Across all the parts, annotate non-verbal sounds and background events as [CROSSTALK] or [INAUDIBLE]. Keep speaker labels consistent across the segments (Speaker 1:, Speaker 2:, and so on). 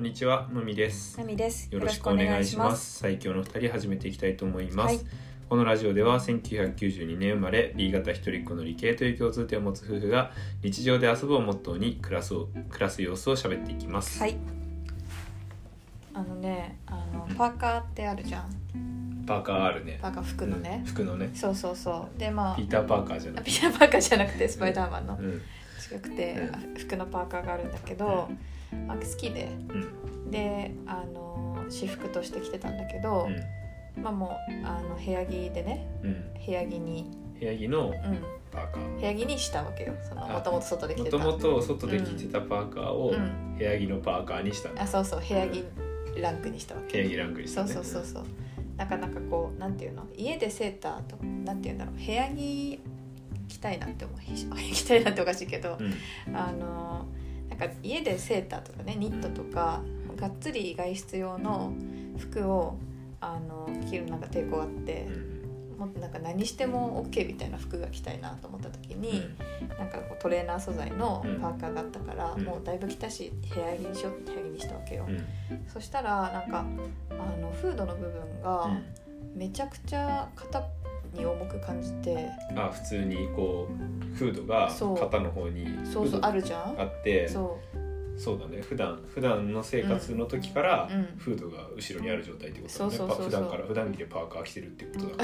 Speaker 1: んにちは、のみです。
Speaker 2: ナミです。
Speaker 1: よろしくお願いします。最強の二人始めていきたいと思います。
Speaker 2: はい
Speaker 1: このラジオでは1992年生まれ B 型一人っ子の理系という共通点を持つ夫婦が日常で遊ぶをモットーに暮らすを暮らす様子を喋っていきます。
Speaker 2: はい。あのね、あのパーカーってあるじゃん。
Speaker 1: パーカーあるね。
Speaker 2: パーカー服のね
Speaker 1: うん。服のね。
Speaker 2: そうそうそう。でまあ
Speaker 1: ピーター・パーカーじゃな
Speaker 2: あ
Speaker 1: い。
Speaker 2: ピーターパーカーじゃなくてスパイダーマンの
Speaker 1: うん
Speaker 2: 近くて、
Speaker 1: うん
Speaker 2: あ服のパーカーがあるんだけど、まあ、好きで
Speaker 1: うん
Speaker 2: であの私服として着てたんだけど、まあもうあの部屋着でね
Speaker 1: うんうん。
Speaker 2: 部屋着に、
Speaker 1: 部屋着の
Speaker 2: う
Speaker 1: パーカー
Speaker 2: ん、部屋着にしたわけよその
Speaker 1: あ
Speaker 2: もともと外で着
Speaker 1: も
Speaker 2: て
Speaker 1: と
Speaker 2: た
Speaker 1: もと外で着てたパーカーを
Speaker 2: うん
Speaker 1: 部屋着のパーカーにしたの
Speaker 2: あそうそう部屋着ランクにしたわけ
Speaker 1: 部屋着ランクにし
Speaker 2: そ
Speaker 1: た
Speaker 2: う
Speaker 1: ね
Speaker 2: そうそうそうなかなかこうなんていうの家でセーターとなんていうんだろう部屋着着たいなって思う [LAUGHS] 着たいなっておかしいけど
Speaker 1: うんうん
Speaker 2: あのなんか家でセーターとかねニットとかがっつり外出用の服をあの着るのなんか抵抗あってもっとなんか何しても OK みたいな服が着たいなと思った時
Speaker 1: う
Speaker 2: に
Speaker 1: ん
Speaker 2: なんかこうトレーナー素材のパーカーがあったから
Speaker 1: うん
Speaker 2: もうだいぶ着たし部屋着にしようって部屋着にしたわけよ
Speaker 1: うん
Speaker 2: そしたらなんかあのフードの部分が
Speaker 1: うん
Speaker 2: めちゃくちゃ肩に重く感じて
Speaker 1: あ普通にこうフードが
Speaker 2: そう
Speaker 1: 肩の方に
Speaker 2: そう
Speaker 1: フ
Speaker 2: そう
Speaker 1: ード
Speaker 2: あるじゃん
Speaker 1: あってそう
Speaker 2: そ
Speaker 1: だね普段普段の生活の時から
Speaker 2: うんうん
Speaker 1: フードが後ろにある状態ってことだね
Speaker 2: そうそうそうそう
Speaker 1: やっぱ普段から普段着でパーカー着てるってことだか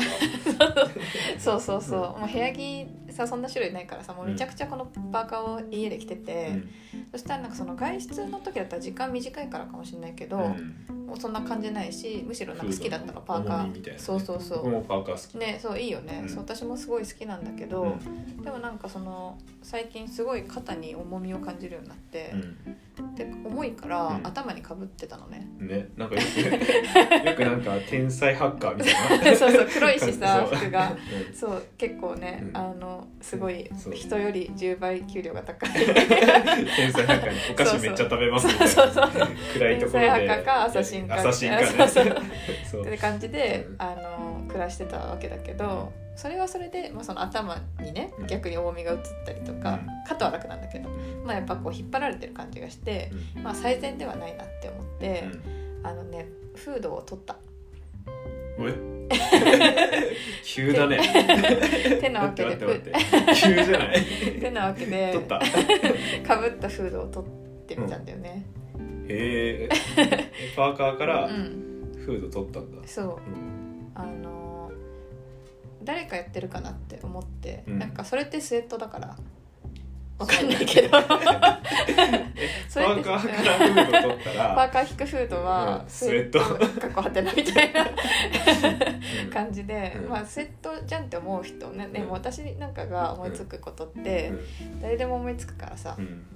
Speaker 1: ら
Speaker 2: うそうそうそうもう部屋着さそんな種類ないからさもうめちゃくちゃこのパーカーを家で着てて、
Speaker 1: うん
Speaker 2: そしたらなんかその外出の時だったら時間短いからかもしれないけど、
Speaker 1: うん
Speaker 2: もうそんな感じないしむしろなんか好きだったの
Speaker 1: フー
Speaker 2: パ
Speaker 1: ドの
Speaker 2: ーカ
Speaker 1: 重み
Speaker 2: ー、
Speaker 1: みたいなね
Speaker 2: そうそうそ
Speaker 1: 僕
Speaker 2: う
Speaker 1: もパーカー好き
Speaker 2: ねそういいよね、
Speaker 1: うん
Speaker 2: そう私もすごい好きなんだけど、でもなんかその最近すごい肩に重みを感じるようになって、で重いから、
Speaker 1: うん
Speaker 2: 頭にかぶってたの
Speaker 1: [LAUGHS]
Speaker 2: ね
Speaker 1: うんねなんか
Speaker 2: [LAUGHS]
Speaker 1: よくよくなんか天才ハッカーみたいな
Speaker 2: そうそう黒いしさ
Speaker 1: そう
Speaker 2: 服がそう結構ね、
Speaker 1: うん
Speaker 2: あのすごい
Speaker 1: そう
Speaker 2: 人より10倍給料が高い
Speaker 1: [LAUGHS] 天才ハッカーにお菓子めっちゃ食べますみたいな
Speaker 2: そうそう
Speaker 1: 暗いところで
Speaker 2: 天才ハッカーか朝進化
Speaker 1: 朝進化ね
Speaker 2: そうそう
Speaker 1: そう
Speaker 2: って感じで、
Speaker 1: うん
Speaker 2: あの暮らしてたわけだけどそれはそれで、まあ、その頭にね逆に重みが移ったりとか、
Speaker 1: うん
Speaker 2: 肩は楽なんだけど、まあ、やっぱこう引っ張られてる感じがして、
Speaker 1: うん
Speaker 2: まあ、最善ではないなって思って
Speaker 1: う、ん
Speaker 2: あのねフードを取った [LAUGHS]
Speaker 1: おい急だね。
Speaker 2: てなわ
Speaker 1: 待
Speaker 2: け
Speaker 1: って
Speaker 2: で
Speaker 1: 待って待って。急じゃない。
Speaker 2: てなわけで
Speaker 1: 取った。
Speaker 2: かぶったフードを取ってみたんだよね。
Speaker 1: へえ。パーカーか
Speaker 2: う
Speaker 1: ら
Speaker 2: ん、
Speaker 1: フード取ったんだ。
Speaker 2: そう
Speaker 1: うん
Speaker 2: あの誰かやってるかなって思って、
Speaker 1: うん
Speaker 2: なんかそれってスウェットだからわかんない
Speaker 1: [LAUGHS]
Speaker 2: けどそ
Speaker 1: パ
Speaker 2: れ
Speaker 1: ー
Speaker 2: って
Speaker 1: カーからフード取った
Speaker 2: パ
Speaker 1: ら。
Speaker 2: ーカー引くフードは
Speaker 1: うんスウェット
Speaker 2: 過去はてなみたいな
Speaker 1: うん
Speaker 2: 感じで、
Speaker 1: うん
Speaker 2: まあスウェットじゃんって思う人ねでも私なんかが思いつくことって誰でも思いつくからさ
Speaker 1: う、ん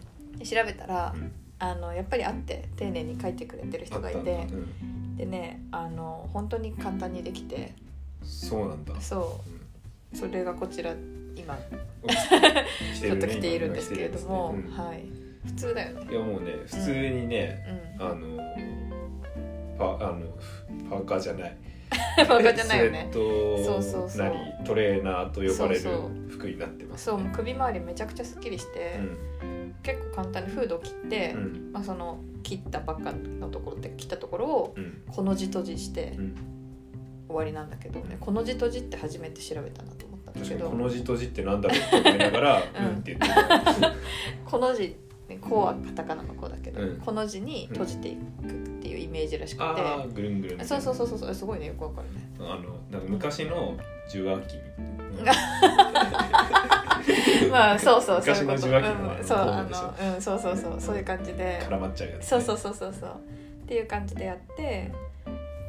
Speaker 2: 調べたらあのやっぱりあって丁寧に書いてくれてる人がい
Speaker 1: あ
Speaker 2: て
Speaker 1: ったんだうん
Speaker 2: でねあの本当に簡単にできて
Speaker 1: そうなんだ。
Speaker 2: そう
Speaker 1: うん
Speaker 2: それがこちら今
Speaker 1: 着
Speaker 2: ちょっと着ているんですけれども、
Speaker 1: 今着てるんですね
Speaker 2: はい普通だよね
Speaker 1: うんいやもうね普通にね
Speaker 2: うん
Speaker 1: あのパあのパーカーじゃない。
Speaker 2: [LAUGHS] バカじゃないよね
Speaker 1: スウェット
Speaker 2: そうそうそう
Speaker 1: なりトレーナーと呼ばれる
Speaker 2: そうそ
Speaker 1: 服になってます。
Speaker 2: そうもう首周りめちゃくちゃすっきりして、結構簡単にフードを切って、
Speaker 1: うん
Speaker 2: まあ、その切ったばっかのところって切ったところを
Speaker 1: うん
Speaker 2: この字とじして
Speaker 1: うん
Speaker 2: 終わりなんだけど、ねこの字とじって初めて調べたなと思ったんだ
Speaker 1: 確
Speaker 2: け
Speaker 1: かに
Speaker 2: ど
Speaker 1: こ
Speaker 2: こ
Speaker 1: の字と字ってなんだろうって思いながら「う
Speaker 2: うん
Speaker 1: ん」って言って
Speaker 2: の字ねこうはカタカナのこうだけど、
Speaker 1: うん
Speaker 2: この字に閉じていくっていうイメージらしくて、
Speaker 1: ああぐるんぐるん
Speaker 2: そうそうそうそうそうすごいねよくわか [LAUGHS] るね
Speaker 1: あのなんか昔の受話器
Speaker 2: まあそうそうそう
Speaker 1: 昔
Speaker 2: いう
Speaker 1: の
Speaker 2: こ
Speaker 1: 受
Speaker 2: と、
Speaker 1: 話器のあの
Speaker 2: うん、そう
Speaker 1: コード
Speaker 2: あ
Speaker 1: でしょ
Speaker 2: のうんそうそうそうそういう感じで
Speaker 1: 絡まっちゃうやつ、ね、
Speaker 2: そうそうそうそうそうっていう感じでやって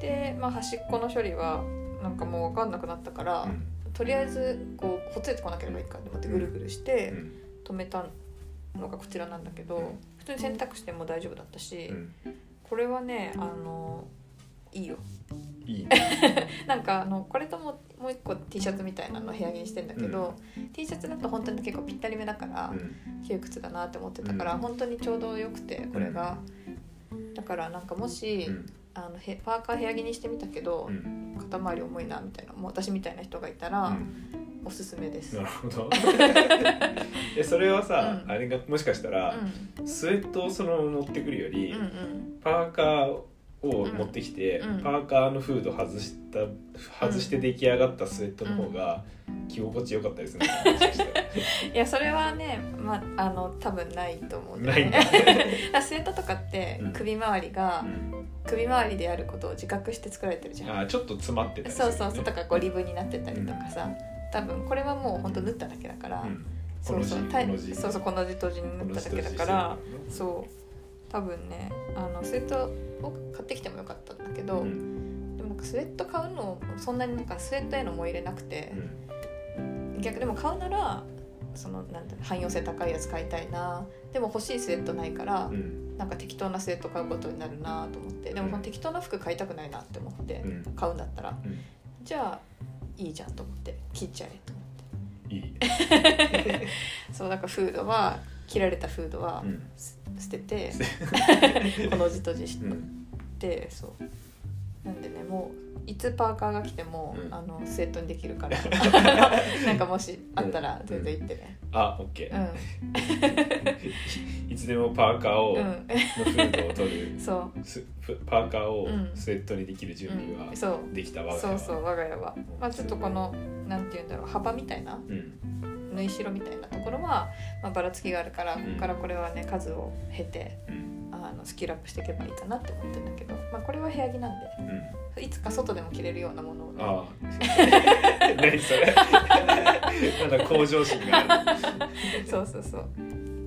Speaker 2: でまあ端っこの処理はなんかもう分かんなくなったから、
Speaker 1: うん
Speaker 2: とりあえずこうほつれてこなければいいかと思ってぐるぐるして
Speaker 1: うん
Speaker 2: 止めたのがこちらなんだけど、
Speaker 1: うん
Speaker 2: 普通に洗濯しても大丈夫だったし、
Speaker 1: うん
Speaker 2: これはねあのいいよ
Speaker 1: いいね
Speaker 2: なんかあのこれとももう一個 T シャツみたいなの部屋着にしてんだけど、T シャツだと本当に結構ぴったりめだから、
Speaker 1: うん
Speaker 2: 窮屈だなって思ってたから、
Speaker 1: うん
Speaker 2: 本当にちょうどよくてこれが、だからなんかもし、
Speaker 1: うん
Speaker 2: あのへパーカー部屋着にしてみたけど
Speaker 1: う、ん
Speaker 2: 肩周り重いなみたいなもう私みたいな人がいたら、
Speaker 1: うん
Speaker 2: おすすめです、
Speaker 1: な
Speaker 2: うん
Speaker 1: るほどえそれはさ、
Speaker 2: うん
Speaker 1: あれがもしかしたら、スウェットをそのまま持ってくるより、
Speaker 2: うんうん、
Speaker 1: パーカーを持ってきて、
Speaker 2: うん
Speaker 1: パーカーのフード外した外して出来上がったスウェットの方が着心地良かったりするのかなもしかしたら
Speaker 2: いやそれはね、まあの多分ないと思うけど
Speaker 1: ないん
Speaker 2: ね [LAUGHS]
Speaker 1: だ
Speaker 2: だスウェットとかって
Speaker 1: うん
Speaker 2: 首周り
Speaker 1: う
Speaker 2: が
Speaker 1: ん
Speaker 2: 首周りであることを自覚して作られてるじゃん
Speaker 1: あーちょっと詰まってたりす
Speaker 2: そ
Speaker 1: る
Speaker 2: う
Speaker 1: よね
Speaker 2: そうそうとかこうリブになってたりとかさ、多分これはもうほんと縫っただけだから、
Speaker 1: うんこ
Speaker 2: そ
Speaker 1: の
Speaker 2: う
Speaker 1: 字
Speaker 2: そう
Speaker 1: こ
Speaker 2: たい
Speaker 1: の字
Speaker 2: そうそうこの字と字に
Speaker 1: こ
Speaker 2: 縫
Speaker 1: の字
Speaker 2: った
Speaker 1: と
Speaker 2: だ
Speaker 1: 字
Speaker 2: けだからそう多分ねあのスウェットを買ってきてもよかったんだけど、
Speaker 1: うん
Speaker 2: でもなんかスウェット買うのもそんなになんかスウェットへの思い入れなくて
Speaker 1: う、ん
Speaker 2: 逆でも買うならそのなんだろう汎用性高いやつ買いたいなでも欲しいスウェットないから、
Speaker 1: うん
Speaker 2: なんか適当なスウェット買うことになるなと思ってでもその適当な服買いたくないなって思って、
Speaker 1: うん
Speaker 2: 買うんだったら
Speaker 1: うん
Speaker 2: じゃあいいじゃんと思って切っちゃえと思って
Speaker 1: いい、
Speaker 2: そうなんかフードは切られたフードは
Speaker 1: うん
Speaker 2: す捨て
Speaker 1: [LAUGHS]
Speaker 2: て、この字とじして、
Speaker 1: うん
Speaker 2: そうなんでねもういつパーカーが来ても、
Speaker 1: うん
Speaker 2: あのスウェットにでき
Speaker 1: [LAUGHS]
Speaker 2: るから [LAUGHS] なんかもしあったら全然言ってね
Speaker 1: あオッケ
Speaker 2: う
Speaker 1: ー、
Speaker 2: ん、
Speaker 1: いつでもパーカーを、
Speaker 2: う
Speaker 1: の
Speaker 2: ん、
Speaker 1: フードを取る
Speaker 2: そ
Speaker 1: すパーカーを
Speaker 2: うん
Speaker 1: スウェットにできる
Speaker 2: う、
Speaker 1: 準
Speaker 2: う
Speaker 1: 備は
Speaker 2: ん、そう
Speaker 1: できたわけ
Speaker 2: そうそう我が家は、まあ、ちょっとこのなんて言うんだろう幅みたいな
Speaker 1: うん
Speaker 2: 縫い代みたいなところは、まあ、ばらつきがあるからこ
Speaker 1: ん
Speaker 2: こからこれはね数を経て
Speaker 1: うん
Speaker 2: あのスキルアップしていけばいいかなって思ってるんだけど、まあ、これは部屋着なん
Speaker 1: うん
Speaker 2: でいつか外でも着れるようなものをね
Speaker 1: ああ [LAUGHS] 何それなんだ向上心がある
Speaker 2: そうそうそう、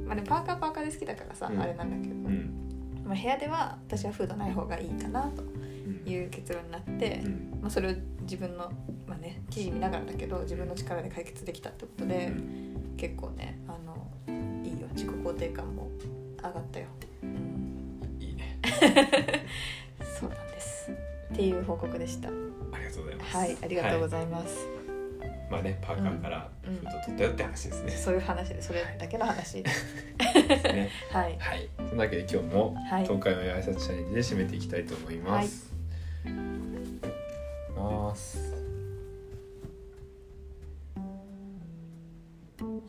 Speaker 2: まあね、パーカーパーカーで好きだからさ、
Speaker 1: うん
Speaker 2: あれなんだけど、
Speaker 1: うん
Speaker 2: まあ、部屋では私はフードない方がいいかなと
Speaker 1: うん
Speaker 2: いう結論になって
Speaker 1: う、ん
Speaker 2: まあ、それを自分の、まあね、記事見ながらだけど自分の力で解決できたってこと
Speaker 1: う
Speaker 2: で、
Speaker 1: ん
Speaker 2: 結構ねあのいいよ自己肯定感も上がったよ。うん
Speaker 1: いいね
Speaker 2: そうなんです。っていう報告でした。
Speaker 1: ありがとうございます
Speaker 2: はい、ありがとうご
Speaker 1: は
Speaker 2: ざいます。
Speaker 1: いまあねパーカーからフード取ったよって話ですね
Speaker 2: [LAUGHS] そういう話で、それだけの話です。
Speaker 1: ですね
Speaker 2: はい、
Speaker 1: はいそんなわけで今日も
Speaker 2: はい
Speaker 1: 東海の挨拶チャレンジで締めていきたいと思います、いきます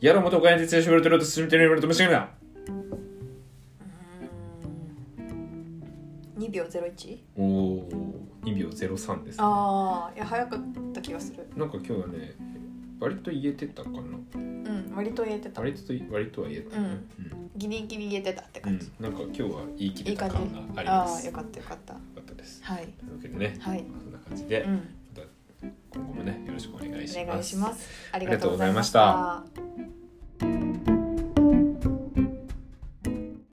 Speaker 1: やろも東海の徹夜絞るとろと進めてるよりもしがな
Speaker 2: 二秒ゼロ一。
Speaker 1: おお2秒03です、ね、
Speaker 2: ああ、いや、早かった気がする。
Speaker 1: なんか今日はね割と言えてたかな
Speaker 2: うん、割と言えてた。
Speaker 1: 割と割とは言えたねうん
Speaker 2: ギリギリ言えてたって
Speaker 1: う
Speaker 2: 感
Speaker 1: ん
Speaker 2: じ。
Speaker 1: なんか今日は言い切
Speaker 2: い
Speaker 1: れ
Speaker 2: い
Speaker 1: た
Speaker 2: 感じ
Speaker 1: 感が。ありま
Speaker 2: ああ、
Speaker 1: す
Speaker 2: よ
Speaker 1: よ
Speaker 2: かった、よかった。
Speaker 1: かったです
Speaker 2: は
Speaker 1: と
Speaker 2: い。
Speaker 1: いうわけでね、
Speaker 2: はい。
Speaker 1: そんな感じで
Speaker 2: うん、
Speaker 1: 今後もねよろしくお願いします
Speaker 2: お願いします。あり
Speaker 1: が
Speaker 2: が
Speaker 1: と
Speaker 2: と
Speaker 1: うござ
Speaker 2: うござ
Speaker 1: い
Speaker 2: い
Speaker 1: ま
Speaker 2: ま
Speaker 1: し
Speaker 2: したた。